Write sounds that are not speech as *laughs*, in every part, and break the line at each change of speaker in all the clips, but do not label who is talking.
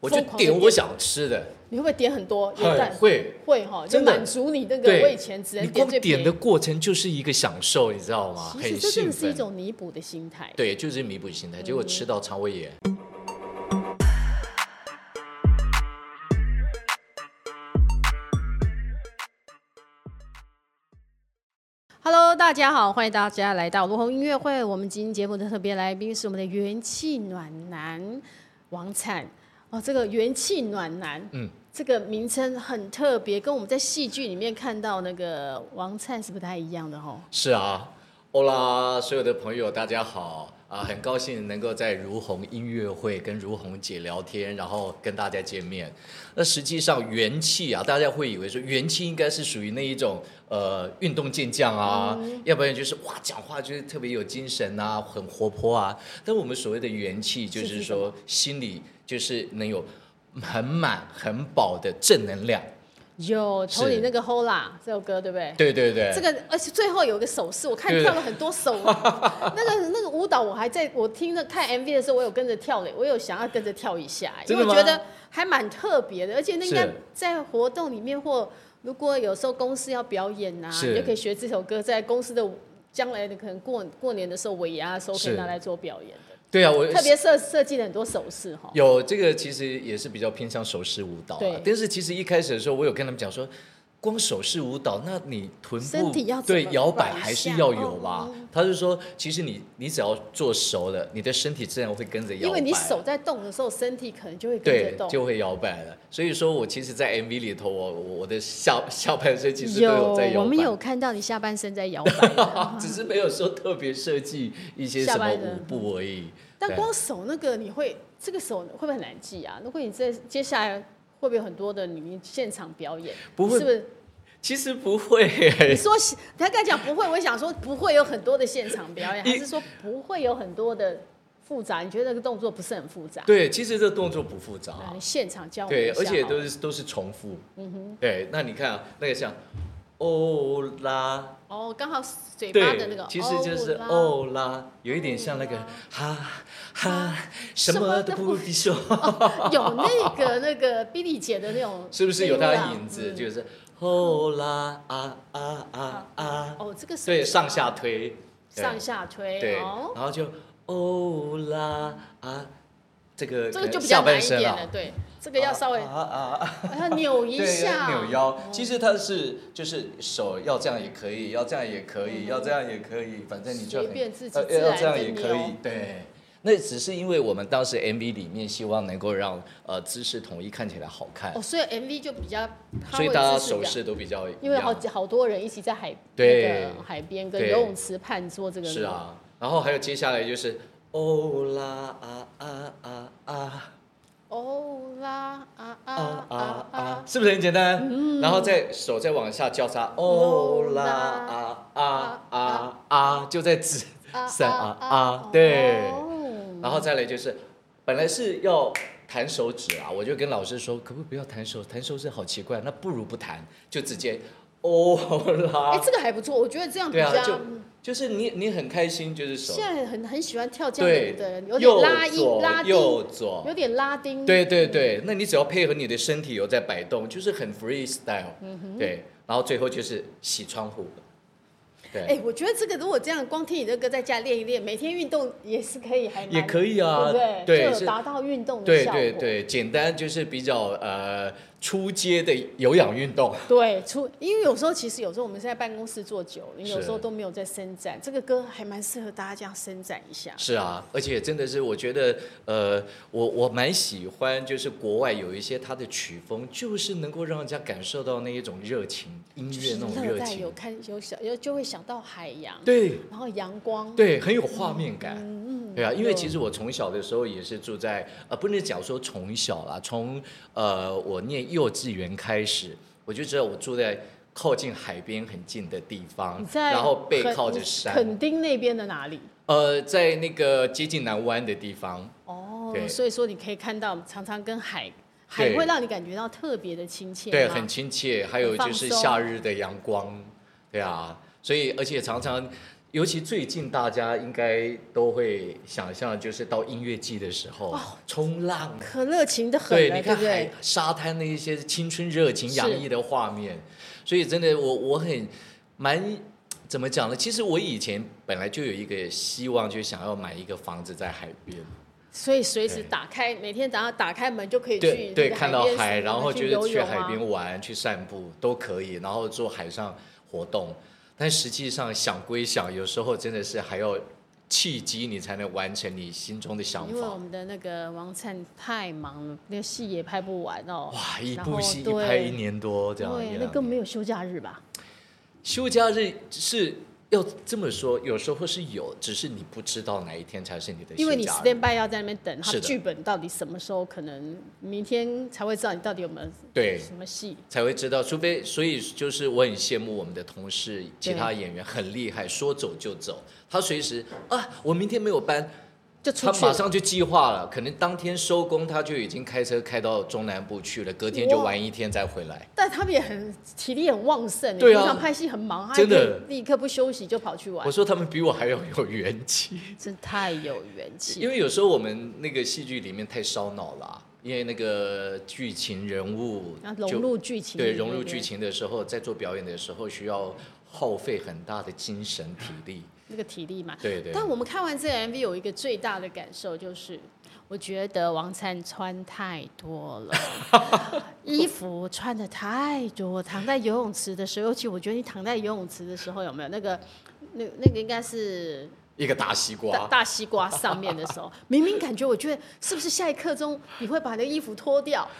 我就
疯狂地
点
点
我想吃的，
你会不会点很多元
很
旦？
会。
会哈，就
真的
满足你那个
对，
我以前只能
你光
点最便
点
宜
的。过程就是一个享受，你知道吗？
其实
很
这真
兴
的是一
奋。
种嗯弥补的心态。
对，就是弥补心态，结果吃到肠胃炎。
Hello，大家好，欢迎大家来到卢红音乐会。我们今天节目的特别来宾是我们的元气暖男王灿。哦，这个元气暖男，
嗯，
这个名称很特别，跟我们在戏剧里面看到那个王灿是不太一样的哦。
是啊，欧啦，所有的朋友，大家好啊！很高兴能够在如虹音乐会跟如虹姐聊天，然后跟大家见面。那实际上元气啊，大家会以为说元气应该是属于那一种呃运动健将啊，
嗯
要不然就是哇讲话就是特别有精神啊，很活泼啊。但我们所谓的元气，就是是
指
说心里就是能有很满很饱的正能量。
有
是
投你那个 Hola 这首歌，对不对？
对对对，
这个，而且最后有一个手势，我看
对对
跳了很
*laughs*
多手，那个那个舞蹈我还在我听着看 MV 的时候，我有跟着跳嘞，我有想要跟着跳一下，因
真
为
的
我
吗
觉得还蛮特别的，而且那应该
是
在活动里面或如果有时候公司要表演呐、
是
你就可以学这首歌，在公司的将来的可能过过年的时候尾牙的时啊候可以
是
拿来做表演的，
对啊，我
特别设设计了很多手势哈。
有这个其实也是比较偏向手势舞蹈、
对
啊，但是其实一开始的时候，我有跟他们讲说，光手势舞蹈，那你臀部
身体要怎么
对摇摆
摆一
还是
下
要有
哦
吧？他就说，其实你你只要做熟了，你的身体自然会跟着摇摆，
因为你手在动的时候，身体可能就会跟
对
着动。
就会摇摆了。所以说我其实，在 MV 里头，我我我的下下半身其实都
有
在摇摆，
我们有看到你下半身在摇摆
*laughs*
的
只是没有说特别设计一些
下
什么
半
舞
身
步而已。
但
对
光手那个你会，这个手会不会很难记啊？如果你这接下来会不会有很多的你们现场表演？
不会
是不是？
其实不会、 *laughs*
你说他刚才讲不会，我想说不会有很多的现场表演，
一
还是说不会有很多的复杂？你觉得那个动作不是很复杂？
对，其实这动作不复杂、
啊，你现场教我们
对，
一下
而且
好了
都是都是重复。嗯哼。对，那你看啊，那个像欧拉，
哦，刚好嘴巴
对
的那个，，
其实就是
哦啦哦
欧拉，有一点像那个哈哈，什
什
么
么
都
都
不
不
必说，
哦有那个那个比利姐的那种，
*laughs* 是不是有它的影
对
子？
啦？
就是欧拉啊啊啊啊
嗯，哦，这个手
对，
势
上下推，对
上下推，
对，
哦
然后就欧拉啊，这个
这
可
个
能
就比
下
较难
半
一
身
点
啊
了，，对，这个要稍微
啊啊啊。
*laughs* 要扭一
对，
下，
扭腰。其实它是就是手要这样也可以，要这样也可以，要这样也可以，反正你就
嗯随
很
便自己
呃
自然
要这样也
地
可
扭
以。对，那只是因为我们当时 MV 里面希望能够让呃姿势统一看起来好看
哦，，所以 MV 就比较，它
所以
会
大家
姿势
手
比较，
势都比较一
因为好
样。
几好多人一起在海
对
那个海边跟
对
游泳池畔做这个，
是，啊，然后还有接下来就是哦啦啊啊啊啊。
哦啦啊啊
啊
啊
啊啊
啊！，
是不是很简单？然后再手再往下交叉，哦啦啊啊啊啊，就在指
啊
三啊啊
哦，
对。
哦
然后再来就是，本来是要弹手指啊，我就跟老师说，可不可以不要弹手？弹手指好奇怪，那不如不弹，就直接哦
哎，
啦。
这个还不错，我觉得这样比
对啊，
较
就。就是你你很开心，就是手
现在很很喜欢跳这
对
样的人，有，点
右
拉
左
音拉丁，
右左
有点拉丁，
对对对，那你只要配合你的身体有在摆动，就是很 freestyle，、对，
嗯
然后最后就是洗窗户，对，
哎、我觉得这个如果这样，光听你的歌在家练一练，每天运动也是可以，还蛮
也可以啊
对不
对
就是有达到运动的
对
效果。
对对，简单就是比较呃出街的有氧运动，
对出因为有时候其实有时候我们是在办公室坐久了，你有
是
时候都没有在伸展，这个歌还蛮适合大家这样伸展一下。
是啊，而且真的是我觉得呃我我蛮喜欢，就是国外有一些它的曲风，就是能够让人家感受到那一种热情，音
就是
乐那种
热
热
带有
情，
看有想有就会想到海洋，
对。
然后阳光，
对，很有画面感。对啊，因为
嗯有
其实我从小的时候也是住在呃，不能讲说从小啦，从呃我念幼稚园开始，我就知道我住在靠近海边很近的地方
你，在
然后背
垦
靠着山，
垦丁那边的哪里？
呃，在那个接近南湾的地方。
哦，
对
所以说你可以看到常常跟海海
对
会让你感觉到特别的亲切吗，
对，很亲切。还有
很放
就是
松
夏日的阳光，对啊，所以而且常常尤其最近大家应该都会想象，就是到音乐季的时候，
哦
冲浪，啊
可热情的很
对，
了，
你
对
看
不
海
对？
沙滩的一些青春热情
是
洋溢的画面，所以真的我我很蛮怎么讲呢？其实我以前本来就有一个希望，就想要买一个房子在海边，
所以随时
对
打开，每天早上打开门就可以去
对
那
对，
个
看到
边
海，
水
然后
去
就是
游
去
泳
海
啊
边玩、去散步都可以，然后做海上活动。但实际上想归想，有时候真的是还要契机，你才能完成你心中的想
因为我
法。
们的那个王灿太忙了，那个戏也拍不完哦。
哇，一
然
部
后
戏一
对
拍一年多这样，一
对，那
两
根本
年
没有休假日吧？
休假日是要这么说，有时候是有，只是你不知道哪一天才是你的休假日。
因为你 stand by 要在那边等，他
是的
剧本到底什么时候可能明天才会知道你到底有没有
对
什么戏。
才会知道，除非所以就是我很羡慕我们的同事，其他演员很厉害，说走就走，他随时啊，我明天没有班，
就
他
出去
马上就计划了，可能当天收工他就已经开车开到中南部去了，隔天就
哇
玩一天再回来。
但他们也很体力很旺盛，
对啊
平常拍戏很忙，他
真的
还可以立刻不休息就跑去玩
我，说他们比我还要有元气，
真太有元气
因
了。
为有时候我们那个戏剧里面太烧脑了啊、因为那个剧情人物
然后
就
啊融入剧情，
对融入剧，情的时候，在做表演的时候需要耗费很大的精神体力。
那个体力嘛。
对对。
但我们看完这个 MV 有一个最大的感受就是，我觉得王灿穿太多了，衣服穿的太多。躺在游泳池的时候，尤其我觉得你躺在游泳池的时候有没有那个，那那个应该是
一个大西
大
瓜，
大西瓜上面的时候，明明感觉我觉得是不是下一刻钟你会把那个衣服脱掉？ *laughs*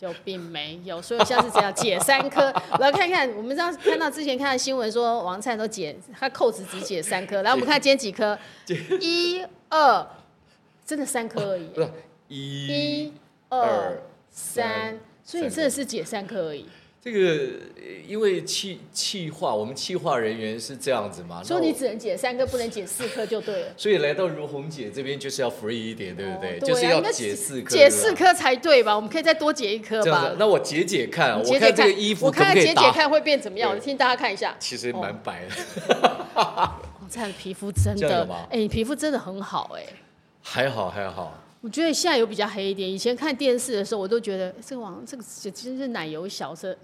就并没有，所以我下次只要解三颗， *laughs* 然后看看我们这样看到之前看到新闻说王灿都解他扣子只解三颗，然后我们看今天几颗，一二，真的三颗而已，
不是一
*laughs* 一二
二
三
三，
所以你真的是解三颗而已，
这个，呃因为气气化，我们气化人员是这样子嘛，
所以
那
你
我
只能解三颗，不能解四颗就对了。
所以来到如红姐这边就是要 free 一点，对不对？
哦
就是
啊
要
应该
解四颗，
解
对吧
四颗才对吧？我们可以再多解一颗
这样
吧
子。。那我解解看，
解
啊我
解
看这个衣服
我
可
看
不
看
可
解
以
解
搭？
看会哦变怎么样？
对
我听大家看一下。
其实蛮白的， *laughs*
王哦灿的皮肤真
这样有
的
吗，
哎、你皮肤真的很好哎、
还好还好，
我觉得现在有比较黑一点，以前看电视的时候，我都觉得这个王这个这真是奶油小生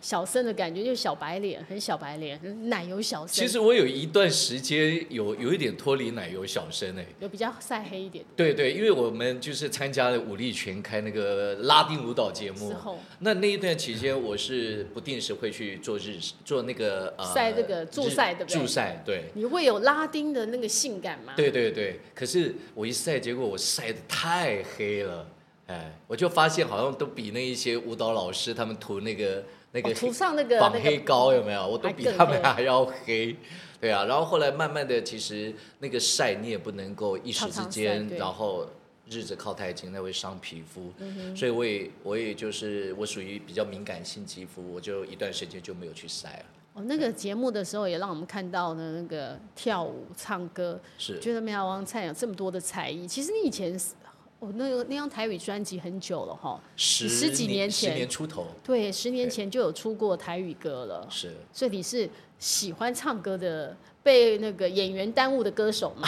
小生的感觉，就是小白脸，很小白脸，很奶油小生。
其实我有一段时间有有一点脱离奶油小生哎、
有比较晒黑一点
对对，因为我们就是参加了武力全开那个拉丁舞蹈节目
之，后，
那那一段期间，我是不定时会去做日做那个呃
晒这个驻晒
日
对不对
驻晒对。
你会有拉丁的那个性感吗？
对对对，可是我一晒，结果我晒得太黑了，哎，我就发现好像都比那一些舞蹈老师他们涂那个那个
哦，
黑
涂上那个
仿
那
黑
个
膏有没有？我都
还
比
更
他们
黑
还要黑，对啊。然后后来慢慢的，其实那个晒你也不能够一时
常
之
常晒
间，
对嗯
然后日子靠太近，那会伤皮肤。所以我也我也就是我属于比较敏感性肌肤，我就一段时间就没有去晒了。
哦，那个节目的时候也让我们看到呢，那个跳舞、唱歌，
是
觉得没有王灿有这么多的才艺。其实你以前是，我、那个那张台语专辑很久了哈，
十
十几年前
十年出头
对，十年前就有出过台语歌了。
是。
所以你是喜欢唱歌的，被那个演员耽误的歌手
*laughs*
嘛，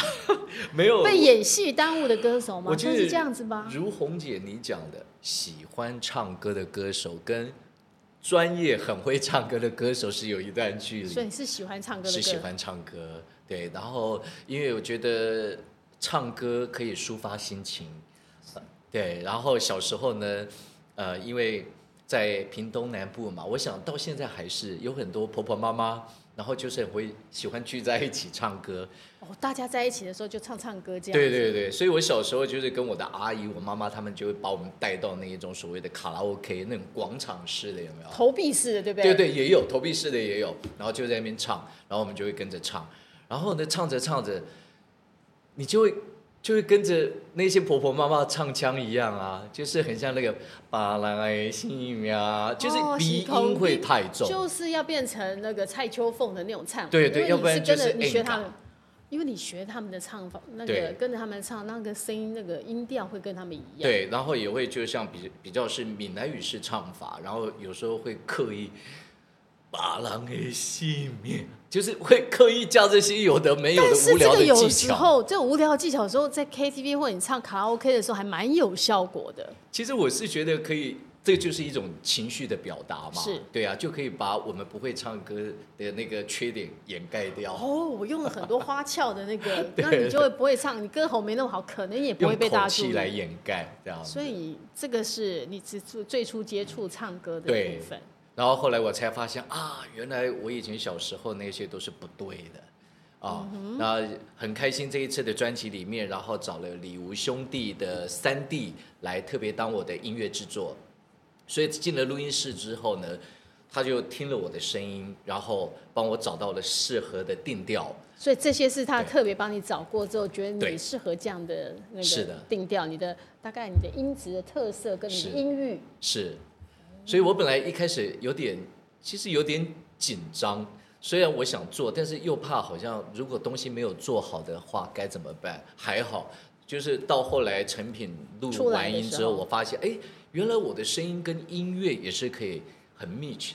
没有
被演戏耽误的歌手嘛，
我觉
就
得
是这样子吧。
如红姐你讲的，喜欢唱歌的歌手跟专业很会唱歌的歌手是有一段距离
所以你是喜欢唱歌的歌，
是喜欢唱歌，对。然后，因为我觉得唱歌可以抒发心情，呃对。然后小时候呢，呃，因为在屏东南部嘛，我想到现在还是有很多婆婆妈妈，然后就是很会喜欢聚在一起唱歌，
哦，大家在一起的时候就唱唱歌这样。
对对对，所以我小时候就是跟我的阿姨、我妈妈他们就会把我们带到那一种所谓的卡拉 OK 那种广场式的，有没有？
投币式的，对不
对
对？
对，也有投币式的也有，然后就在那边唱，然后我们就会跟着唱，然后呢唱着唱着，你就会就会跟着那些婆婆妈妈唱腔一样啊，就是很像那个巴拉爱心呀，就是
哦
鼻
形同
音会
鼻
太重，
就是要变成那个蔡秋凤的那种唱法，
对对
因为
要不然
你是跟着
就是
你学
N
他
卡
们，因为你学他们的唱法，那个
对
跟着他们唱，那个声音那个音调会跟他们一样。
对，然后也会就像比比较是闽南语式唱法，然后有时候会刻意巴郎的戏面，就是会刻意加这些有的没有
但
的
是
无
这
聊
个
的技
有时
巧。
候，这种无聊的技巧，有时候在 KTV 或者你唱卡拉 OK 的时候，还蛮有效果的。
其实我是觉得可以，这就是一种情绪的表达嘛。
是
对啊，就可以把我们不会唱歌的那个缺点掩盖掉。
哦，我用了很多花俏的
*laughs*
那个，
对
那你就会不会唱，你歌喉没那么好，可能也不会
用
被
口
大家注
气来
意。
掩盖，这样。
所以这个是你最初最初接触唱歌的
对
部分。
然后后来我才发现啊，原来我以前小时候那些都是不对的啊。那、很开心这一次的专辑里面，然后找了李吴兄弟的三弟来特别当我的音乐制作，所以进了录音室之后呢，他就听了我的声音，然后帮我找到了适合的定调。
所以这些是他
对
特别帮你找过之后，觉得你
对
适合这样的那
是
个
的
定调，你的大概你的音质的特色跟你的
是
音域，
是，所以我本来一开始有点，其实有点紧张。虽然我想做，但是又怕好像如果东西没有做好的话该怎么办？还好，就是到后来成品录
出来
完
的
音
时
之后，
候
我发现，哎，原来我的声音跟音乐也是可以很 match，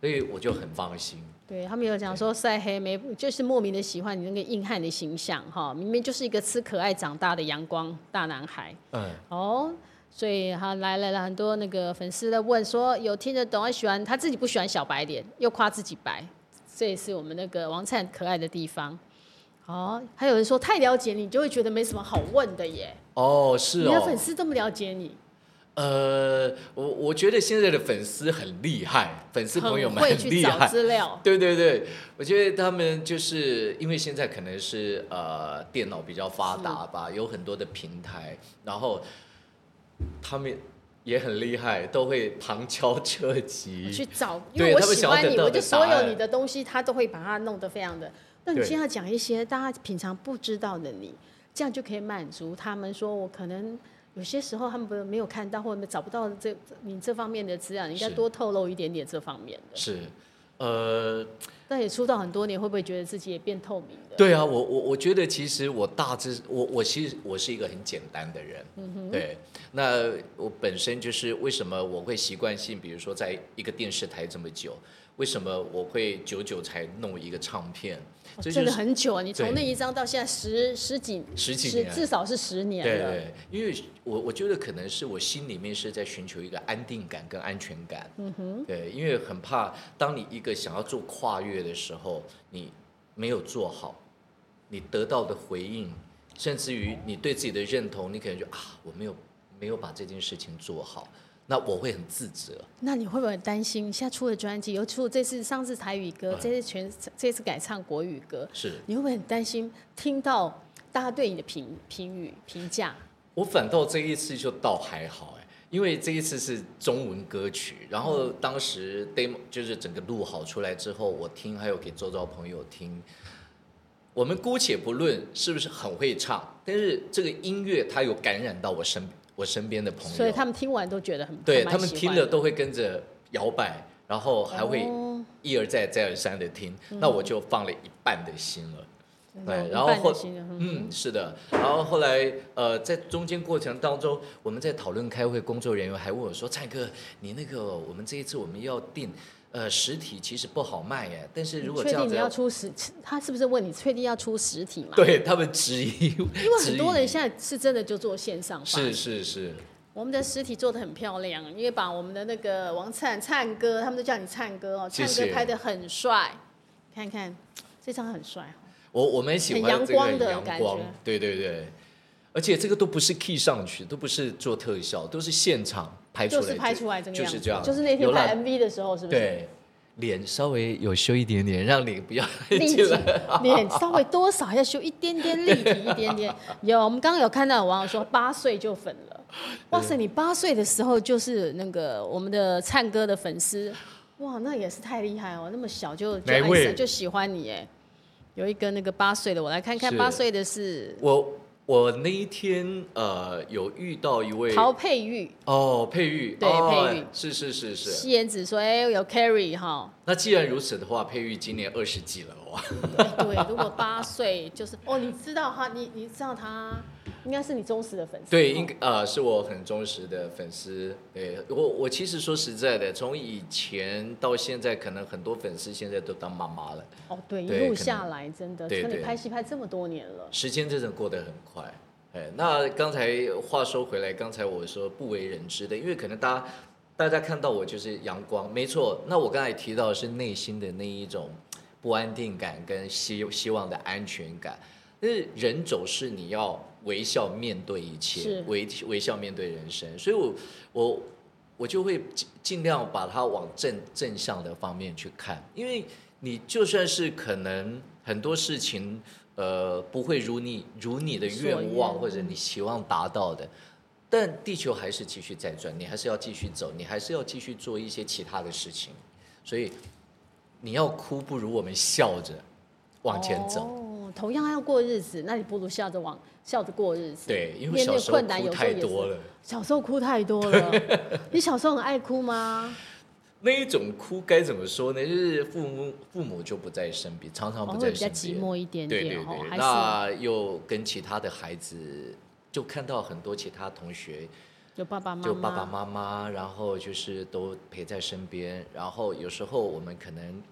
所以我就很放心。
对他们有讲说晒黑没，就是莫名的喜欢你那个硬汉的形象哈，明明就是一个吃可爱长大的阳光大男孩
嗯，
哦。所以他来了了很多那个粉丝在问说有听得懂，还喜欢他自己不喜欢小白脸，又夸自己白，这也是我们那个王灿可爱的地方。哦，还有人说太了解你，就会觉得没什么好问的耶。
哦，是
你的粉
哦，
丝这么了解你，
呃，我我觉得现在的粉丝很厉害，粉丝朋友
很
们
会
很
去
厉
找
害，
资料，
对对对，我觉得他们就是因为现在可能是呃电脑比较发达吧，有很多的平台，然后他们也很厉害，都会旁敲侧
去
击。
找，
嗯
因
对
为我
他们
喜
想要
欢
得
你，
到
我
的
就所
答
有
案
你的东西，他都会把它弄得非常的。那你
哎对
现在讲一些大家平常不知道的你，这样就可以满足他们说，我可能有些时候他们不没有看到或者找不到这你这方面的资料，你应该
是
多透露一点点这方面的。
是，呃，
那也出道很多年，会不会觉得自己也变透明了？
对啊，我我我觉得其实我大致我我其实我是一个很简单的人，
嗯
对。那我本身就是为什么我会习惯性，比如说在一个电视台这么久，为什么我会久久才弄一个唱片？
哦
这就
真的
是
很久啊！你从
对
那一张到现在十十几
十几年
至少是十年
对
了。
对，因为我我觉得可能是我心里面是在寻求一个安定感跟安全感。嗯哼，对，因为很怕当你一个想要做跨越的时候，你没有做好，你得到的回应，甚至于你对自己的认同，你可能就啊，我没有没有把这件事情做好，那我会很自责。
那你会不会很担心？现在出了专辑，又出了这次上次台语歌，
嗯
这次全这次改唱国语歌，
是
你会不会很担心听到大家对你的评评语评价？
我反倒这一次就倒还好哎，因为这一次是中文歌曲，然后
嗯
当时 demo 就是整个录好出来之后，我听还有给周遭朋友听。我们姑且不论是不是很会唱，但是这个音乐它有感染到我身我身边的朋友，
所以他们听完都觉得很
对
还蛮
他们
喜
听
欢
了都会跟着摇摆，然后还会
哦嗯
一而再再而三的听，那我就放了一半的心了。对，哎然后
一半
后
的心了嗯
嗯是的，然后后来呃在中间过程当中，我们在讨论开会，工作人员还问我说：“蔡哥，你那个我们这一次我们要定呃实体其实不好卖耶，但是如果这
确
样
定
子
你要出实，他是不是问你确定要出实体嘛？，
对他们质疑，因
因为很多人现在是真的就做线上发
是是是
我们的实体做的很漂亮，因为把我们的那个王灿灿哥，他们都叫你灿哥哦，
谢
灿
谢
哥拍的很帅，看看这张很帅哦。
我我们喜
很
欢
阳
这个
光的
阳
感
光
觉，
对对对，而且这个都不是 key 上去，都不是做特效，都是现场拍出
就
来，
是拍出来这个
就
样
是
子，
这样，
就是那天
有
拍
啦
MV 的时候，是不是？
对，脸稍微有修一点点，让脸不要 *laughs*
立体
进来。
脸稍微多少要修一点点立体一
*laughs*
点点。有，我们刚刚有看到有网友说八岁就粉了，哇塞！你八岁的时候就是那个我们的灿哥的粉丝，哇，那也是太厉害哦，那么小就就
哪
爱
一位
上就喜欢你哎。有一个那个八岁的，我来看看
是
八岁的是
我我那一天呃有遇到一位
陶佩玉、
哦佩玉，
对
哦
佩玉
是是是是。
西颜子说：“哎，有 carry 哈。
那既然如此的话，佩玉今年二十几了哦哇，
哎”对，如果八岁就是哦，你知道他，你你知道他应该是你忠实的粉
*laughs*
丝。
对，
哦
应该呃是我很忠实的粉丝。对我我其实说实在的，从以前到现在，可能很多粉丝现在都当妈妈了。
哦，
对
对，一路
可能
下来真的
对
跟你
对
拍戏拍这么多年了，
时间真的过得很快。哎，那刚才话说回来，刚才我说不为人知的，因为可能大家大家看到我就是阳光，没错。那我刚才提到的是内心的那一种不安定感跟希希望的安全感。但是人总是你要微笑面对一切
是，
微微笑面对人生。所以我我我就会尽尽量把它往正正向的方面去看，因为你就算是可能很多事情，呃，不会如你如你的愿望
所愿
或者你希望达到的，但地球还是继续在转，你还是要继续走，你还是要继续做一些其他的事情，所以你要哭不如我们笑着往前走。
哦，同样要过日子，那你不如笑着往笑着过日子。
对，因为
面
小
对
时候
困难
哭
有时候
太
也是
多了。
小时候哭太多了，你小时候很爱
*laughs*
哭吗？
那一种哭该怎么说呢？就是父母父母就不在身边，常常
哦，
不在
会比较
身
寂
边。
寞一点
对对
点
对
哦，，还是
那又跟其他的孩子，就看到很多其他同学，
有爸爸妈妈，
就爸爸妈妈，然后就是都陪在身边，然后有时候我们可能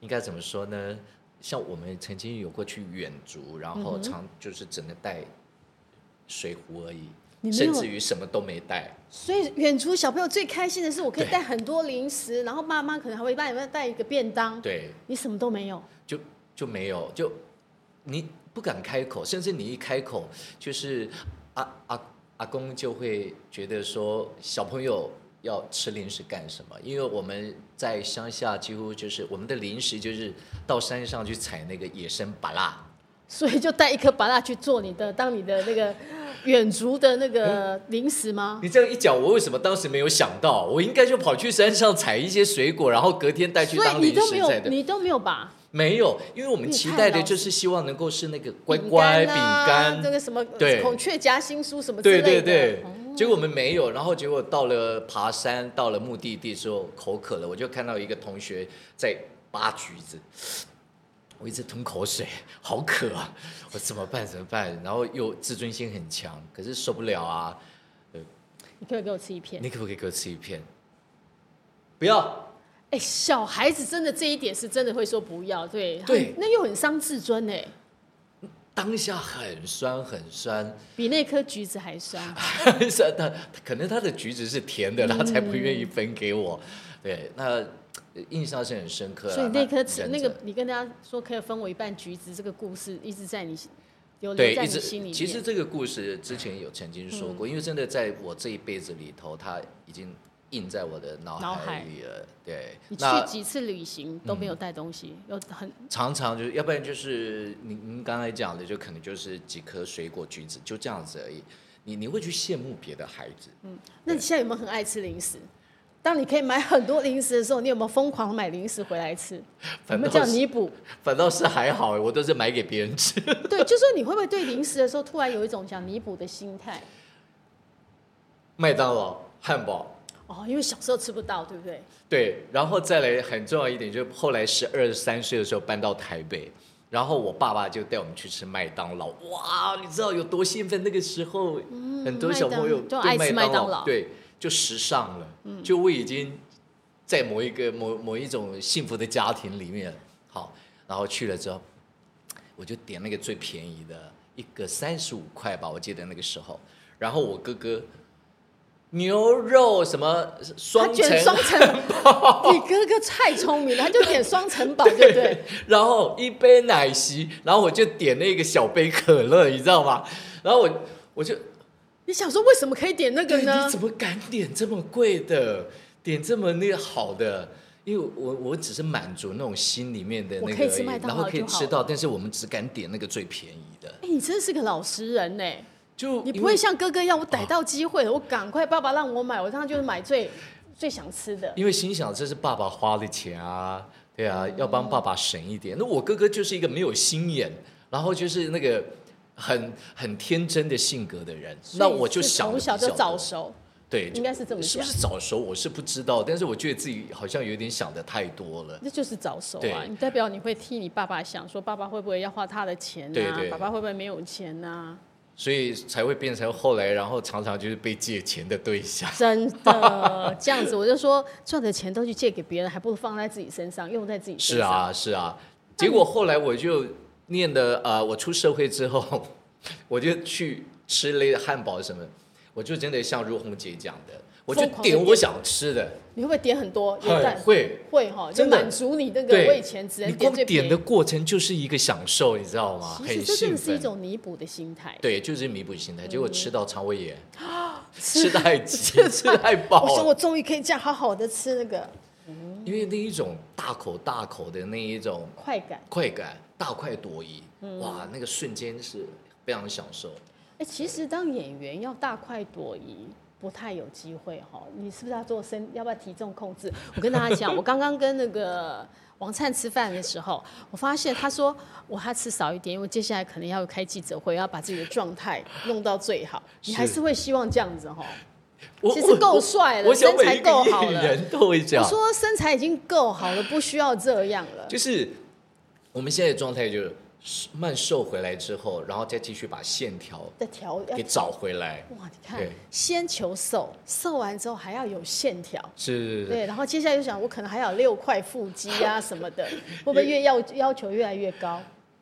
应该怎么说呢？像我们曾经有过去远足，然
嗯
后常就是只能带水壶而已，
你没
甚
有
至于什么都没带。
所以远足小朋友最开心的是，我可以
对
带很多零食，然后爸妈可能还会帮你们带一个便当，
对，
你什么都没有，
就就没有，就你不敢开口，甚至你一开口，就是阿阿阿公就会觉得说小朋友要吃零食干什么？因为我们在乡下几乎就是我们的零食就是到山上去采那个野生芭辣，
所以就带一颗芭乐去做你的当你的那个远足的那个零食吗？
你这样一讲，我为什么当时没有想到？我应该就跑去山上采一些水果，然后隔天带去
所以
当
你
零
都没
食
有
才，对。
你都没有把
没有，因为我们
你
期
太
待的
老
就是希望能够是那个乖乖饼干
啊，那个什么
对
孔雀夹心酥什么之
对
类的，
对
哦
对，结果我们没有，然后结果到了爬山，到了目的地之后口渴了，我就看到一个同学在扒橘子，我一直吞口水，好渴啊！我怎么办？怎么办？然后又自尊心很强，可是受不了啊！
你可不可以给我吃一片。
你可不可以给我吃一片？不要，
哎、小孩子真的这一点是真的会说不要，对
对
很那又很伤自尊哎，
当下很酸很酸， *laughs*
比那颗橘子还酸。
很酸。他可能他的橘子是甜的，他才不愿意分给我。对，那印象是很深刻啊。
嗯所以那颗
忍
那
着
个你跟大家说可以分我一半橘子这个故事，一直在你心有
对，
留在
一
你
直
心里面。嗯
其实这个故事之前有曾经说过，因为真的在我这一辈子里头，它已经印在我的脑
脑
海
海
里了。对，
你去
那
几次旅行都
嗯
没有带东西，有很
常常就是，要不然就是您您刚才讲的，就可能就是几颗水果、橘子，就这样子而已。你你会去羡慕别的孩子，
那你现在有没有很爱吃零食？当你可以买很多零食的时候，你有没有疯狂买零食回来吃？有
反倒
没有这样
是
弥补？
反倒是还好，我都是买给别人吃。 *laughs*
对，就说你会不会对零食的时候突然有一种想弥补的心态？
麦当劳、汉堡，
哦，因为小时候吃不到，对不对？
对，然后再来很重要一点，就是后来十二三岁的时候搬到台北，然后我爸爸就带我们去吃麦当劳，哇，你知道有多兴奋？那个时候、很多小朋友
嗯麦
对
当就爱吃麦当劳嗯
对，就时尚了，就我已经在某一个某某一种幸福的家庭里面，好，然后去了之后，我就点那个最便宜的一个三十五块吧，我记得那个时候，然后我哥哥。牛肉什么呃
他
双层
卷双层，你哥哥太聪明了，他就点双层堡，对不对？
*laughs* 然后一杯奶昔，然后我就点那个小杯可乐，你知道吗？然后我我就
你想说为什么可以点那个
对，
呢
你？怎么敢点这么贵的，点这么那个好的？因为我我只是满足那种心里面的那个而已，
我可以吃麦当劳
然后可以
就好
吃到，但是我们只敢点那个最便宜的，
哎、你真是个老实人呢、
就
你
哦因为哦
不会像哥哥一样，我逮到机会了，我赶快爸爸让我买，我当然就是买最最想吃的。
因为心想这是爸爸花的钱啊，对啊，要帮爸爸省一点。那我哥哥就是一个没有心眼，然后就是那个很很天真的性格的人，
所以
那我就是想得
从小
比较
就早
多
熟，
对，
应该是这么
是不
想，
是早熟我是不知道，但是我觉得自己好像有点想的太多了。
那就是早熟啊！
对
你代表你会替你爸爸想，说爸爸会不会要花他的钱
对
呐、
对
爸爸会不会没有钱啊呐、
所以才会变成后来，然后常常就是被借钱的对象。
真的这样子，我就说赚的钱都去借给别人，还不如放在自己身上，用在自己身
是
上。
啊，是啊。结果后来我就念的呃，我出社会之后， *laughs* 我就去吃了汉堡什么，我就真的像如红姐讲的，我就
疯狂地
点
点
我想吃的，
你会不会点很多？有
很
点
会。
会哈，就
真的
满足你那个
对，
我以前只能
你
点
光
最便
点
宜
的。过程就是一个享受，你知道吗？
其
很
实这真
兴
的是一
奋。
种弥补的心态。
对，就是弥补心态。结果吃到肠胃
*laughs*
炎，吃太急，吃太
我说
饱了，
我终于可以这样好好的吃那个
因为那一种大口大口的那一种
快感。
快感，大快朵颐，
嗯
哇，那个瞬间是非常享受。
哎、其实当演员要大快朵颐。不太有机会哈，你是不是要做身？要不要体重控制？我跟大家讲，我刚刚跟那个王灿吃饭的时候，我发现他说我还吃少一点，因为接下来可能要开记者会，要把自己的状态弄到最好。你还
是
是会希望这样子哈？
我
其实
我
够
我
帅了
我想
身
每
材
一
够
个
好
艺
了
人都会这
我
样，
说身材已经够好了，不需要这样了。
就是我们现在的状态就是慢瘦回来之后，然后再继续把线条
再调要
给找回来，
哇，你看
对，
先求瘦，瘦完之后还要有线条，
是
对，然后接下来就想，我可能还有六块腹肌
*laughs*
啊什么的，会不会越要要求越来越高？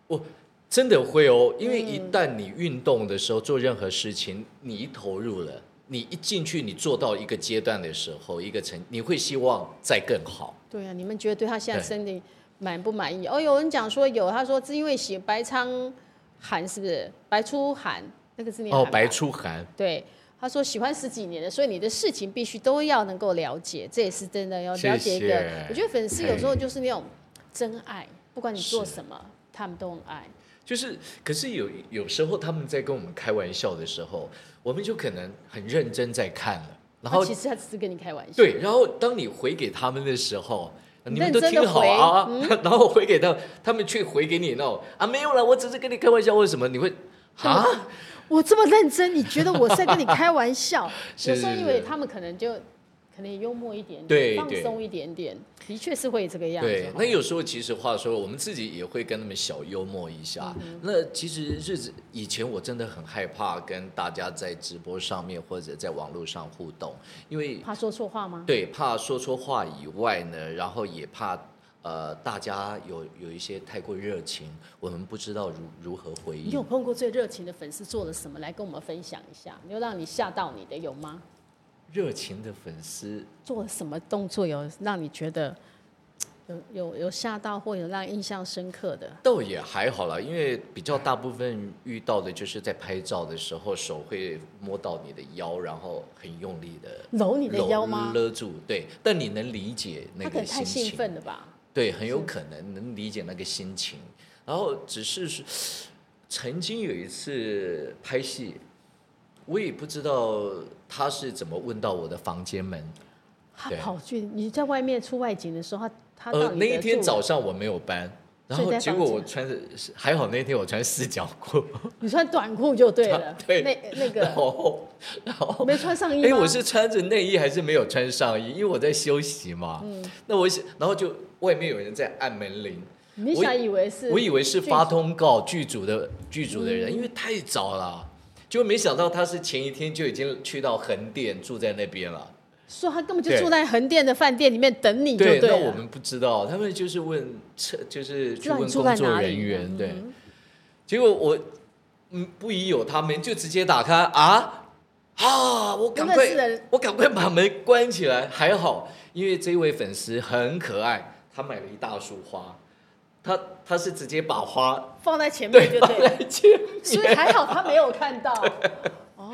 我真的会哦，因为
嗯
一旦你运动的时候做任何事情，你一投入了，你一进去，你做到一个阶段的时候，一个成，你会希望再更好。
对啊，你们觉得对他现在
对
身体满不满意？哦，有人讲说有，他说是因为写白苍寒是不是白出寒那个字念
哦，
寒吧
白出汗，
对。他说喜欢十几年的，所以你的事情必须都要能够了解，这也是真的要
谢
了解一个。
谢
我觉得粉丝有时候
嘿
就是那种真爱，不管你做
是
什么，他们都很爱。
就是，可是有有时候他们在跟我们开玩笑的时候，我们就可能很认真在看了，然后
他啊其实他只是跟你开玩笑。
对，然后当你回给他们的时候，你们都
认真地
听好
回嗯
啊， *laughs* 然后回给他，他们却回给你那种啊没有啦，我只是跟你开玩笑，为什么你会啊？
我这么认真，你觉得我是在跟你开玩笑？
*laughs* 是
有时候
是
因为
是
他们可能就可能也幽默一点点，
对
放
对
松一点点，的确是会这个样子
对
哦。，
那有时候其实话说，我们自己也会跟他们小幽默一下。
嗯
那其实日子以前我真的很害怕跟大家在直播上面或者在网络上互动，因为
怕说错话吗？
对怕说错话以外呢，然后也怕呃大家有有一些太过热情，我们不知道如如何回
你有
应。
碰过最热情的粉丝做了什么？来跟我们分享一下，又让你吓到你的有吗？
热情的粉丝
做了什么动作有让你觉得有有有吓到或有让印象深刻的？
倒也还好啦，因为比较大部分遇到的就是在拍照的时候手会摸到你的腰，然后很用力的。
搂你的
搂
腰吗？
勒住，对，但你能理解那
他可
个
能太
心
兴
情，
奋了吧？
对，很有可能能理解那个心情。然后只是是曾经有一次拍戏，我也不知道他是怎么问到我的房间门。
他
对
跑去你在外面出外景的时候，他他到
呃，
你
那一
的
天
住
早上我没有班，然
所以
后
在
结
房
果
间
我穿着还好那天我穿四角裤，
你穿短裤就对了
啊，对
那那
*laughs* 然
个
后然后
没穿上衣吗？
哎，我是穿着内衣还是没有穿上衣？因为我在休息嘛。
嗯
那我想，然后就外面有人在按门铃，
你
我
想以为是
我以为是发
剧嗯
通告剧组的剧组的人，因为太早了，就没想到他是前一天就已经去到横店住在那边了。
说他根本就
对
住在横店的饭店里面等你就
对，那
了。
我们不知道，他们就是问，测就是
知
去
道你
问
住
工
在
作
哪里
人员，对
嗯。
结果我，嗯，不疑有他，门就直接打开啊啊！我赶
不
快
认识的人，
我赶快把门关起来。还好，因为这位粉丝很可爱，他买了一大束花，他他是直接把花
放在前面
对
就
放
对哦了，
在前
*laughs* 所
面，
以还好他没有
*laughs*
看到。哦，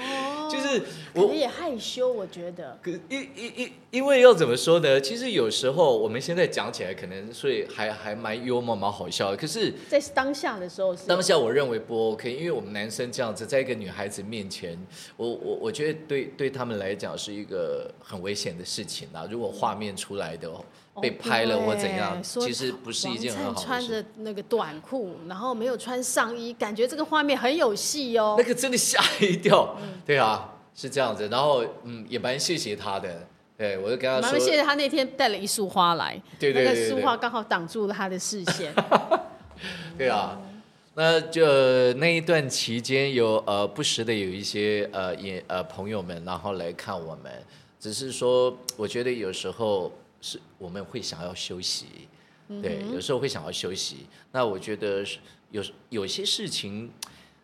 就是
可能
我
也害羞，我觉得
可因因因因为要怎么说呢？其实有时候我们现在讲起来，可能所以还还蛮幽默、蛮好笑的。可是
在当下的时候是
当下我认为不 OK，因为我们男生这样子，在一个女孩子面前，我我我觉得对对他们来讲是一个很危险的事情啊。如果画面出来的被拍了或怎样，
哦对说
其实不是一件很
王灿
好的
穿
事。
着那个短裤，然后没有穿上衣，感觉这个画面很有戏哦
那。个真的吓一跳，
嗯
对啊，是这样子。然后嗯，也蛮谢谢他的，对我就跟他
蛮谢
说，
谢他那天带了一束花来，
对对对对
那个
对
束花刚好挡住了他的视线。
对啊。那就那一段期间有呃不时的有一些呃也呃朋友们，然后来看我们，只是说我觉得有时候是我们会想要休息，
嗯
对，有时候会想要休息。那我觉得是有有些事情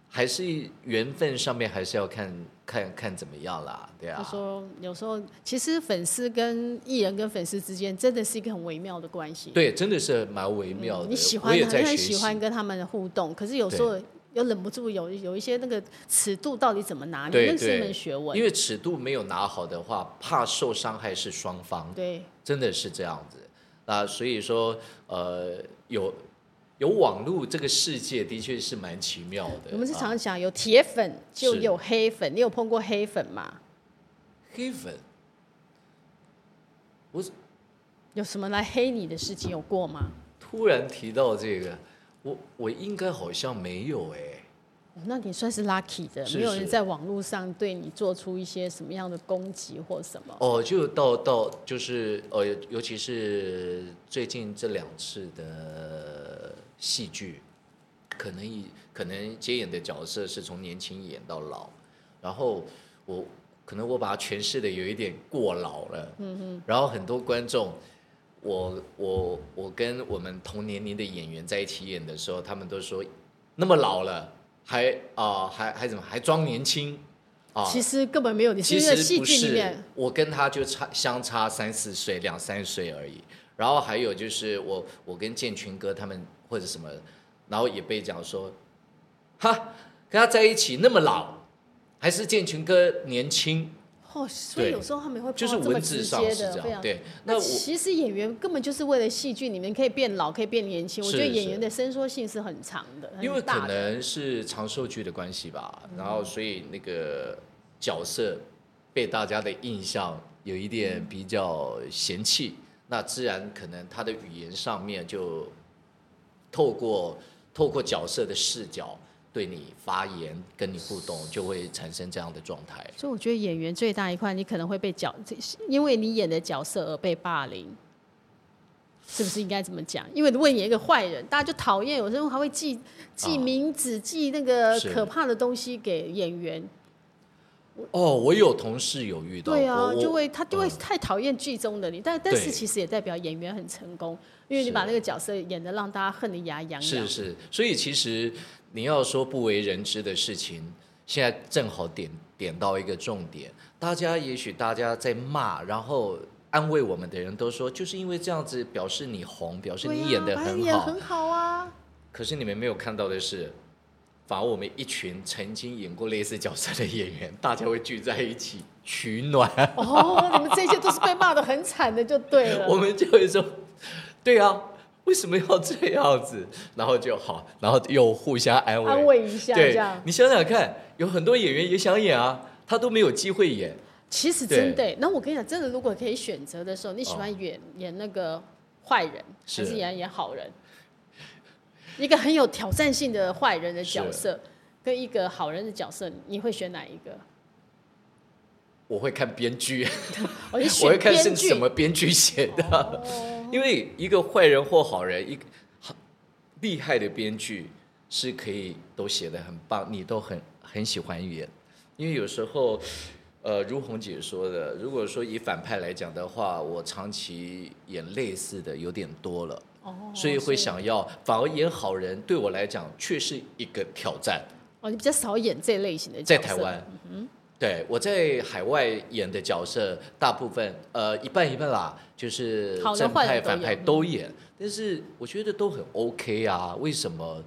还是缘分上面还是要看看看怎么样啦，对啊。
他说有时候其实粉丝跟艺人跟粉丝之间真的是一个很微妙的关系。嗯
对，真的是蛮微妙的。
你喜
我
欢，
也
很
在学
很
习
喜欢跟他们的互动，可是有时候又忍不住有有一些那个尺度到底怎么拿捏，
对
那是一
对，
门学问
因。为尺度没有拿好的话，怕受伤害是双方，
对，
真的是这样子。那所以说，呃，有有网络这个世界的确是蛮奇妙的。
我们是
啊
常讲有铁粉就是有黑粉，你有碰过黑粉吗？
黑粉，我
有什么来黑你的事情有过吗？
突然提到这个，我我应该好像没有哎、
哦那你算是 lucky 的，
是
没有
是
人在网络上对你做出一些什么样的攻击或什么。
哦，就到到就是呃，尤其是最近这两次的戏剧，可能以可能接演的角色是从年轻演到老，然后我可能我把它诠释的有一点过老了，嗯嗯，然后很多观众。我我我跟我们同年龄的演员在一起演的时候，他们都说那么老了，还啊、还还怎么还装年轻啊？
其实根本没有，你是
其
因
实
为戏
不
剧里
是
面，
我跟他就差相差三四岁，两三岁而已。然后还有就是我我跟建群哥他们或者什么，然后也被讲说，哈，跟他在一起那么老，还是建群哥年轻，
哦，所以
对
有时候他们会
就是
碰到这么
文字
直
上
接
是
的，
这
非
样。
常。
对，那
那
我
其实演员根本就是为了戏剧里面可以变老，可以变年轻。我
是
觉得演
是
员的伸缩性是很长的，
因为
很
可
大的。嗯
能是长寿剧的关系吧，然后所以那个角色被大家的印象有一点
嗯
比较嫌弃，那自然可能他的语言上面就透过透过角色的视角对你发言、跟你互动，就会产生这样的状态。
所以我觉得演员最大一块，你可能会被角，因为你演的角色而被霸凌，是不是应该这么讲？因为如果你演一个坏人，大家就讨厌，有时候还会记记
啊
名字、记那个
是
可怕的东西给演员。
哦，我有同事有遇到过，
对啊，
我
就会他就会
嗯
太讨厌剧中的你，但但是
对
其实也代表演员很成功，因为你把
是
那个角色演的让大家恨得牙痒痒。
是是，所以其实你要说不为人知的事情，现在正好点点到一个重点。大家也许大家在骂，然后安慰我们的人都说，就是因为这样子表示你红，表示
对
你
啊
演的
反正
很
演
好。
很好啊。 *laughs*
可是你们没有看到的是，把我们一群曾经演过类似角色的演员，大家会聚在一起取暖。
哦，你们这些都是被骂的很惨的，就对了。
*laughs* 我们就会说，对啊，为什么要这样子？然后就好，然后又互相安慰，
安慰一下这
对
样，
你想想看，有很多演员也想演啊，他都没有机会演。
其实真的欸。那我跟你讲，真的，如果可以选择的时候，你喜欢演、演那个坏人，
是
还是演演好人？一个很有挑战性的坏人的角色，跟一个好人的角色，你会选哪一个？
我会看编剧，
我就
我
选
会看
编
是
剧。
什么编剧写的，
哦
因为一个坏人或好人，一个好厉害的编剧是可以都写的很棒，你都很很喜欢演，因为有时候。呃，如红姐说的，如果说以反派来讲的话，我长期演类似的有点多了，
哦
所以会想要反而演好人，对我来讲却是一个挑战。
哦，你比较少演这类型的角
在
色。嗯
台湾，对我在海外演的角色，大部分呃一半一半啦，就是
好的
正
坏
派
的都
反派
有
都演，但是我觉得都很 OK 啊。为什么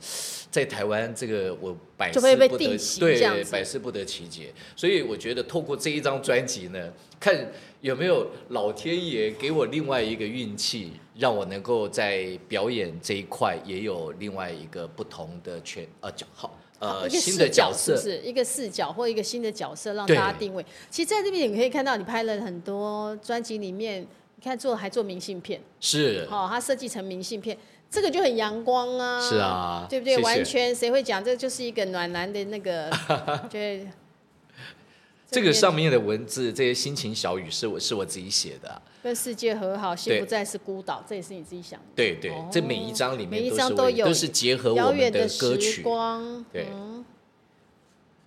在台湾这个我百
就
思
会被
不
定
得
型这样
对
子
百思不得其解？所以我觉得透过这一张专辑呢，看有没有老天爷给我另外一个运气，让我能够在表演这一块也有另外一个不同的全呃角好
好
呃
一个
新的
视角
角色。
是不是一个视角或一个新的角色让大
对
家定位？其实在这边你可以看到，你拍了很多专辑里面你看做还做明信片，
是
哦，他设计成明信片，这个就很阳光啊，
是啊
对不对？
谢谢
完全谁会讲这就是一个暖男的
*laughs*
那个，就是
这个上面的文字，这些心情小语是我是我自己写的啊、
跟世界和好，心
对
不再是孤岛，这也是你自己想的。
对对，这每一章里
哦每
面
一
都
章
是
都
我
有
都是结合
遥
我
远
们的歌
时
曲，
光，
对
嗯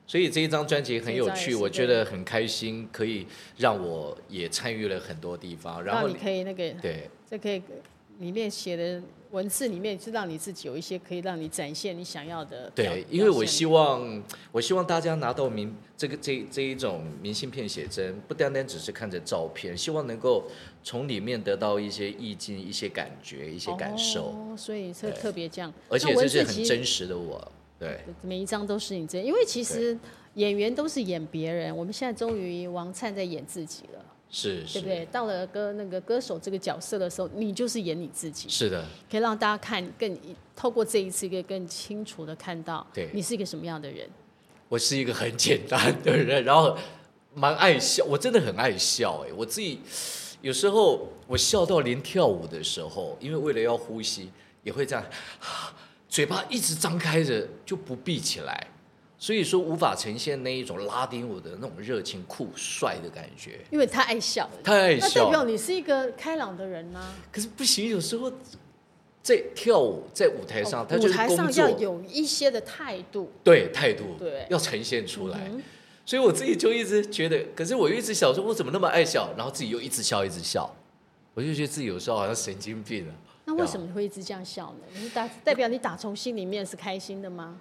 所以这一张专辑很有
这一张也
趣，
是
我觉得很开心，可以让我也参与了很多地方。然
让
后
你可以那个，
对
这可以里面写的文字里面是让你自己有一些可以让你展现你想要的表。
对，因为我
表现
希望我希望大家拿到明这个这这一种明信片写真，不单单只是看着照片，希望能够从里面得到一些意境、一些感觉、一些感受，
哦、所以特
对
特别这样。
而且
那文
这是
字
很
其实
真实的我。对，
每一张都是你这，因为其实演员都是演别人，我们现在终于王灿在演自己了，
是
对
是
不对？到了歌那个歌手这个角色的时候，你就是演你自己，
是的，
可以让大家看更透过这一次，可以更清楚的看到，
对
你是一个什么样的人。
我是一个很简单的人，然后蛮爱笑，我真的很爱笑哎、我自己有时候我笑到连跳舞的时候，因为为了要呼吸，也会这样，啊嘴巴一直张开着就不闭起来，所以说无法呈现那一种拉丁舞的那种热情酷帅的感觉，
因为太爱笑了，
太爱
那代
笑
表
了。
你是一个开朗的人呐、
可是不行，有时候在跳舞在舞台上，它
哦舞
就是
台
工
上要
作，
有一些的态度。
对态度，
对
要呈现出来。
嗯
所以我自己就一直觉得，可是我又一直想说，我怎么那么爱笑，然后自己又一直笑，一直笑，我就觉得自己有时候好像神经病啊了。
那为什么你会一直这样笑呢？你打代表你打从心里面是开心的吗？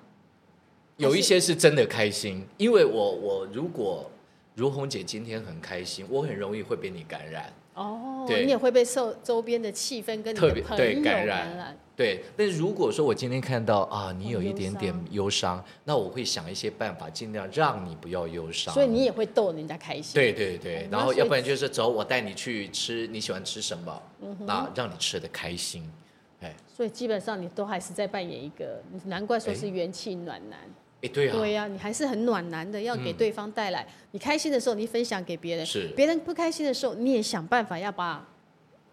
有一些是真的开心，因为我我如果如红姐今天很开心，我很容易会被你感染。
哦，
对
你也会被受周边的气氛跟你
特
的
别
朋
对
友啊
感
感
染对，但是如果说我今天看到啊，你
哦
有一
忧
点点
伤
忧伤，那我会想一些办法，尽量让你不要忧伤。
所以你也会逗人家开心。
对对对
哦，
然
那
后
所以
要不然就是走，我带你去吃你喜欢吃什么，
嗯
那让你吃的开心。哎
所以基本上你都还是在扮演一个，难怪说是元气暖男。
哎，对啊，嗯
对呀、你还是很暖男的，要给对方带来、你开心的时候，你分享给别人；
是
别人不开心的时候，你也想办法要把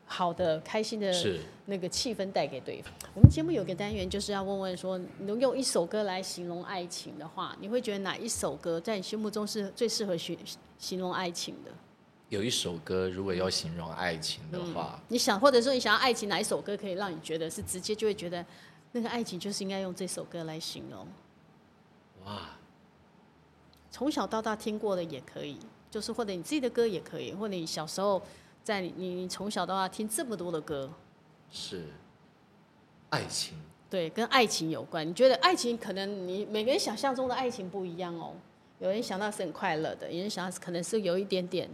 好的、开心的
是
那个气氛带给对方。我们节目有个单元就是要问问说，你能用一首歌来形容爱情的话，你会觉得哪一首歌在你心目中是最适合形形容爱情的？
有一首歌，如果要形容爱情的
嗯
话，
你想，或者说你想要爱情哪一首歌可以让你觉得是直接就会觉得那个爱情就是应该用这首歌来形容？
哇，
从小到大听过的也可以，就是或者你自己的歌也可以，或者你小时候在你你你从小到大听这么多的歌，
是爱情，
对，跟爱情有关。你觉得爱情可能你每个人想象中的爱情不一样哦，有人想到是很快乐的，有人想到是可能是有一点点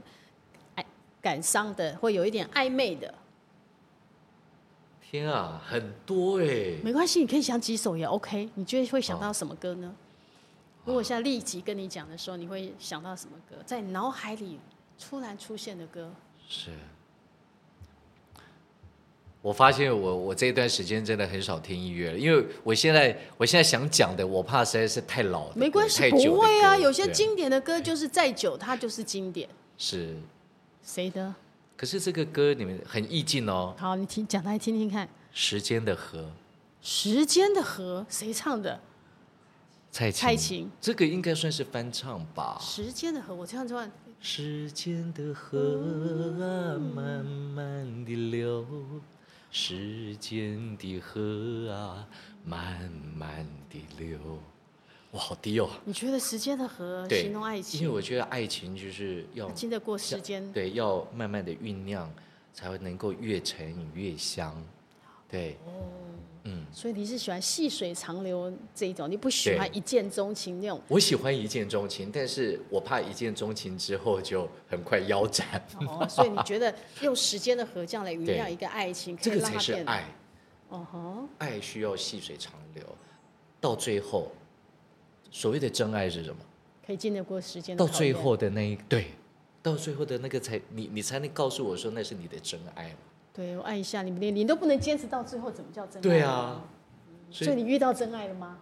爱感伤的，或有一点暧昧的，
天啊，很多哎、
没关系，你可以想几首也 OK。你觉得会想到
哦
什么歌呢？如果现在立即跟你讲的时候，你会想到什么歌？在你脑海里突然出现的歌，
是。我发现我我这段时间真的很少听音乐了，因为我现在我现在想讲的，我怕实在是太老的歌，
没关
哦
系
太，久的
不会啊。
歌
有些
对
经典的歌就是再久，它就是经典。
是，
谁的？
可是这个歌你们很意境哦，
好，你听，讲来听听看。
《时间的河》
时间的河，谁唱的？
蔡琴，
蔡琴。
这个应该算是翻唱吧？
时间的河，我这样突然，
时间的河啊，慢慢地流；时间的河啊，慢慢地流。哇，好低哦！
你觉得时间的河
对
形容爱，
因为
情，嗯
我觉得爱情就是要
经得过时间。
对，要慢慢的酝酿，才会能够越沉越香。对，
哦
嗯，
所以你是喜欢细水长流这一种，你不喜
对
欢一见钟
*laughs*
情那种。
我喜欢一见钟情，但是我怕一见钟情之后就很快腰斩，
哦，所以你觉得用时间的河这样来酝酿
对
一个爱情，可
这
以
个
让
才
它
是
变？
爱。
哦吼，
爱需要细水长流，到最后，所谓的真爱是什么？
可以经得过时间的
到
考验。
最后的那一对，到最后的那个才你你才能告诉我说那是你的真爱嘛
对我爱一下你，你你都不能坚持到最后，怎么叫真爱？
对啊，，
所以你遇到真爱了
*laughs*
吗？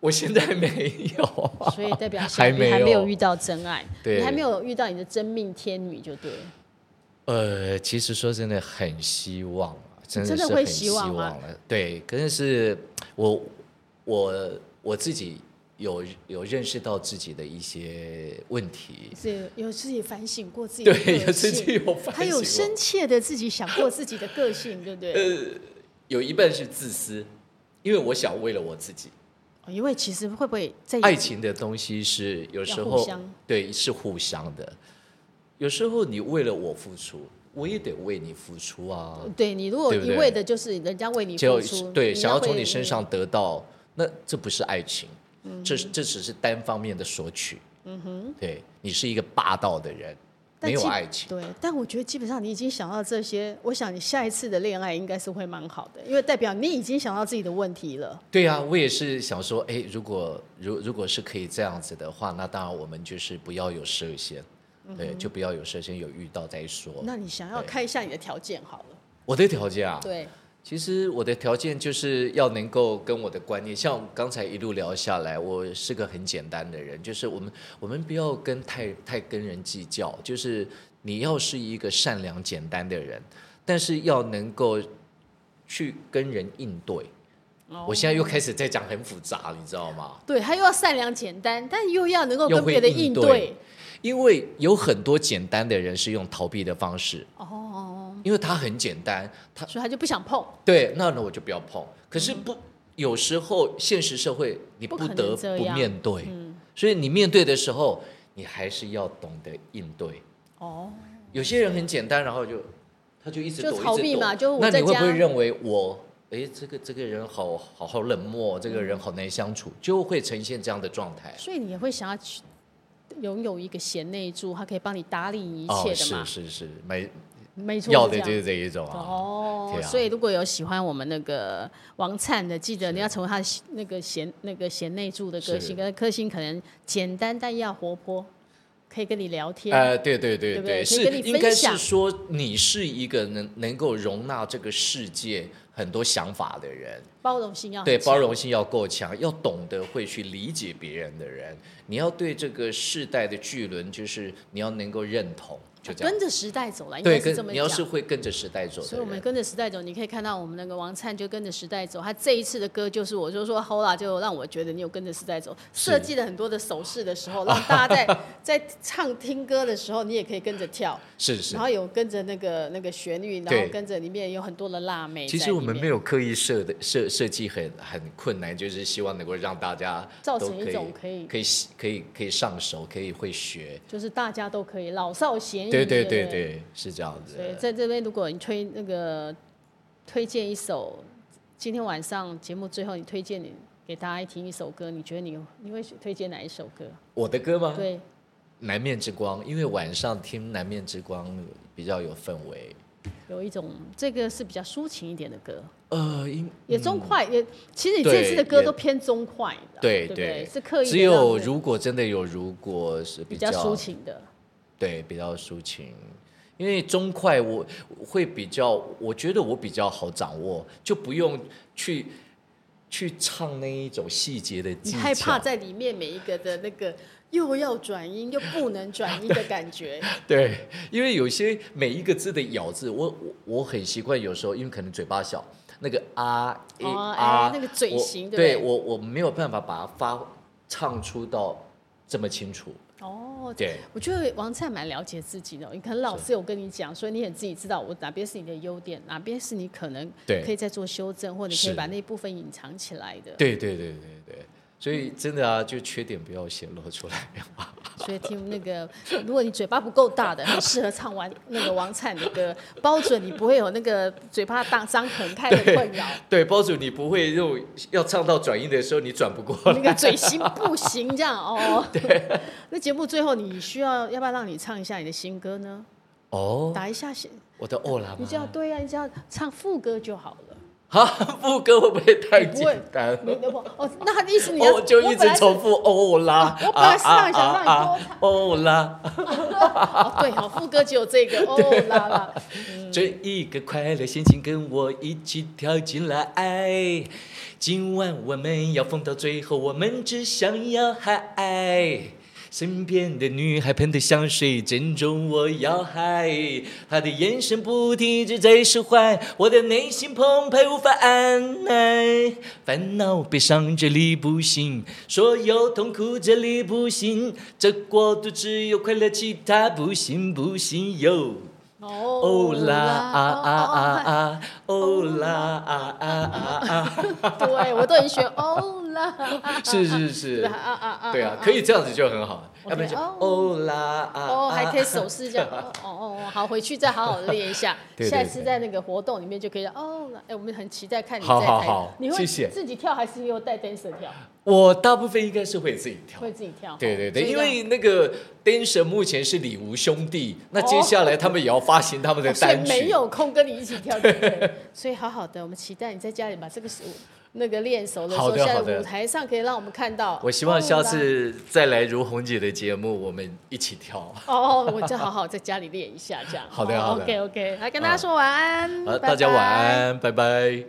我现在没有， *laughs*
所以代表
还
你
没
还没有
有
遇到真爱，
对
你还没有遇到你的真命天女就对了。
呃，其实说真的，很希望，啊真的
真的
是
会
很
希
希
望
望
吗
了。对，可是我我我自己有有认识到自己的一些问题，
是有自己反省过自己的
对，
个
有自己
性，
有 *laughs* 反省过，
他有深切的自己想过自己的个性，对不对？
呃有一半是自私，因为我想为了我自己。
哦因为其实会不会在
爱情的东西是有时
哎要互
候
相
对是互相的，有时候你为了我付出，我也得为你付出啊。
对你如果
对不
一
对
味的就是人家为你付
就
出，
对，
人家
想要
会
从你身上得到，那这不是爱情，
嗯
这这只是单方面的索取。嗯哼，对你是一个霸道的人，
但
没有
基
爱情。
对，但我觉得基本上你已经想到这些，我想你下一次的恋爱应该是会蛮好的，因为代表你已经想到自己的问题了。
对啊，我也是想说，哎，如果如如果是可以这样子的话，那当然我们就是不要有设限，对，就不要有设限，有遇到再说。
嗯那你想要
对
看一下你的条件好了，
我的条件啊，
对，
其实我的条件就是要能够跟我的观念，像刚才一路聊下来，我是个很简单的人，就是我们我们不要跟太太跟人计较，就是你要是一个善良简单的人，但是要能够去跟人应对。
哦
我现在又开始在讲很复杂，你知道吗？
对他又要善良简单，但又要能够
又
跟
会
别人
应
应
对因为有很多简单的人是用逃避的方式，
哦，
因为他很简单，他
所以他就不想碰，
对，那那我就不要碰。可是不，有时候现实社会你
嗯不
不
可能
得
这
不
样嗯
面对，所以你面对的时候，你还是要懂得应对。
哦，
有些人很简单，然后就他就一直
就
躲，
逃避
一直躲
嘛就我
那
在
你会不会
家
认为我？哎，这个这个人好好好冷漠，这个人好难相处，就会呈现这样的状态。
所以你也会想要去拥有一个贤内助，他可以帮你打理一
哦，
切的嘛，
是是是，没
没错，
要
是
的
这
就
样
是这一种啊。
哦，
对啊
所以如果有喜欢我们那个王灿的，记得你要成为他的贤那个贤那个贤内助的个性，
是
跟克星可能简单但要活泼，可以跟你聊天。
呃，对对对
对不对可以
是
跟你
应
分
该
享
是说你是一个能能够容纳这个世界很多想法的人，
包容性要很
对
强
包容性要够强，要懂得会去理解别人的人，你要对这个世代的巨轮，就是你要能够认同，就这样
跟。着时代走了，啊应
对，
该是
跟
这么
你要
讲。
是会跟着时代走
所以
的
我们
人，
跟着时代走，你可以看到我们那个王灿就跟着时代走，他这一次的歌就是我就说 Hola，就让我觉得你有跟着时代走，
是
设计了很多的手势的时候，让大家
*laughs*
在在唱听歌的时候，你也可以跟着跳。
是是
然。后有跟着那个那个旋律，然
对
后跟着里面有很多的辣妹在
其
里面。
实我们没有刻意设的设设计很很困难，就是希望能够让大家
造
都
成一
可以
种可以
可以可以可以上手，可以会学。
就是大家都可以，老少咸宜。
对
对
对
不
对。对，是这样子。
所以在这边，如果你推那个推荐一首，今天晚上节目最后你推荐你给大家听一首歌，你觉得你你会推荐哪一首歌？
我的歌吗？
对，
南面之光，因为晚上听南面之光比较有氛围。
有一种这个是比较抒情一点的歌，
呃，因
也中快，也其实你
对
这次的歌
也
都偏中快的，
对
对不
对，
是刻意
只
地让
有
你
如果真的有如果是
比
比
较
较
抒，情的。
对，比较抒情。因为中快我我会比较，我觉得我比较好掌握，就不用去去唱那一种细节的技
你
巧。
害怕在里面每一个的那个又要转音又不能转音的感觉，
对，因为有些每一个字的咬字，我我我很习惯，有时候因为可能嘴巴小，那个啊诶
哦哎
啊
那个嘴
我
型对
对
不对
我我没有办法把它发唱出到这么清楚。
哦， *laughs*
对，
我觉得王灿蛮了解自己的哦，你可能老师有跟你讲，所以你也自己知道我哪边是你的优点，哪边是你可能
对
可以再做修正，或者可以
是
把那部分隐藏起来的。
对对对对对，所以真的啊，就缺点不要显露出来。 *laughs*
所以听那个，如果你嘴巴不够大的，很适合唱完那个王灿的歌，包准你不会有那个嘴巴大张很开的困扰。
对，包主，你不会用要唱到转音的时候，你转不过
*laughs* 那
来。
个嘴型不行，这样
*laughs*
哦。对。 *laughs* 那节目最后，你需要要不要让你唱一下你的新歌呢？
哦，
打一下新，
我的欧拉
你只要
吗？
对啊呀、你只要唱副歌就好了。
*laughs* 哈，副歌会不会太
你不会
简单
没
了？
那么哦，那他的意思你要，
我就一
本
直
来是
重复哦啊欧拉。
我本来是让你想让你多唱
欧拉。
哦，对哦，副歌只有
*laughs*
这个哦啦啦，
这一个快乐心情跟我一起跳进来，今晚我们要疯到最后，我们只想要嗨。身边的女孩喷的香水正中我要害，她的眼神不停止在使坏，我的内心澎湃无法按耐，烦恼悲伤这里不行，所有痛苦这里不行，这国度只有快乐，其他不行不行哟。
哦
哦啦啊啊啊
ah.
啊，哦啦啊啊啊
啊！对，我都已经学哦啦，
啊， *laughs* 是是是
啊，啊啊！
对啊，可以这样子就很好，
我
要不然
觉
就
得
哦啦啊
哦，还
啊
可以手势这样，哦哦哦，好，回去再好好地练一下，
*laughs* 对对
下
对
次在那个活动里面就可以了。哦，那哎，我们很期待看你在
好
台，
好好
你会
谢谢
自己跳还是又带 dancer 跳？
我大部分应该是会自己跳。
会哦自己跳？
对对对，
所以
因
要
为那个 dancer 目前是李吴兄弟，那接下来他们也要发行他们的
哦所以
单曲。
没有空跟你一起跳，对不对？所以好好的，我们期待你在家里把这个手那个练熟了之
好
后，
的
下
好
在
的
舞台上可以让我们看到。
我希望下次再来如红姐的节目，我们一起跳。
哦，我就好好在家里练一下，这样。哦
好的好的
OK OK，来跟大家说晚安。
好，
拜
大家晚
拜
安，拜拜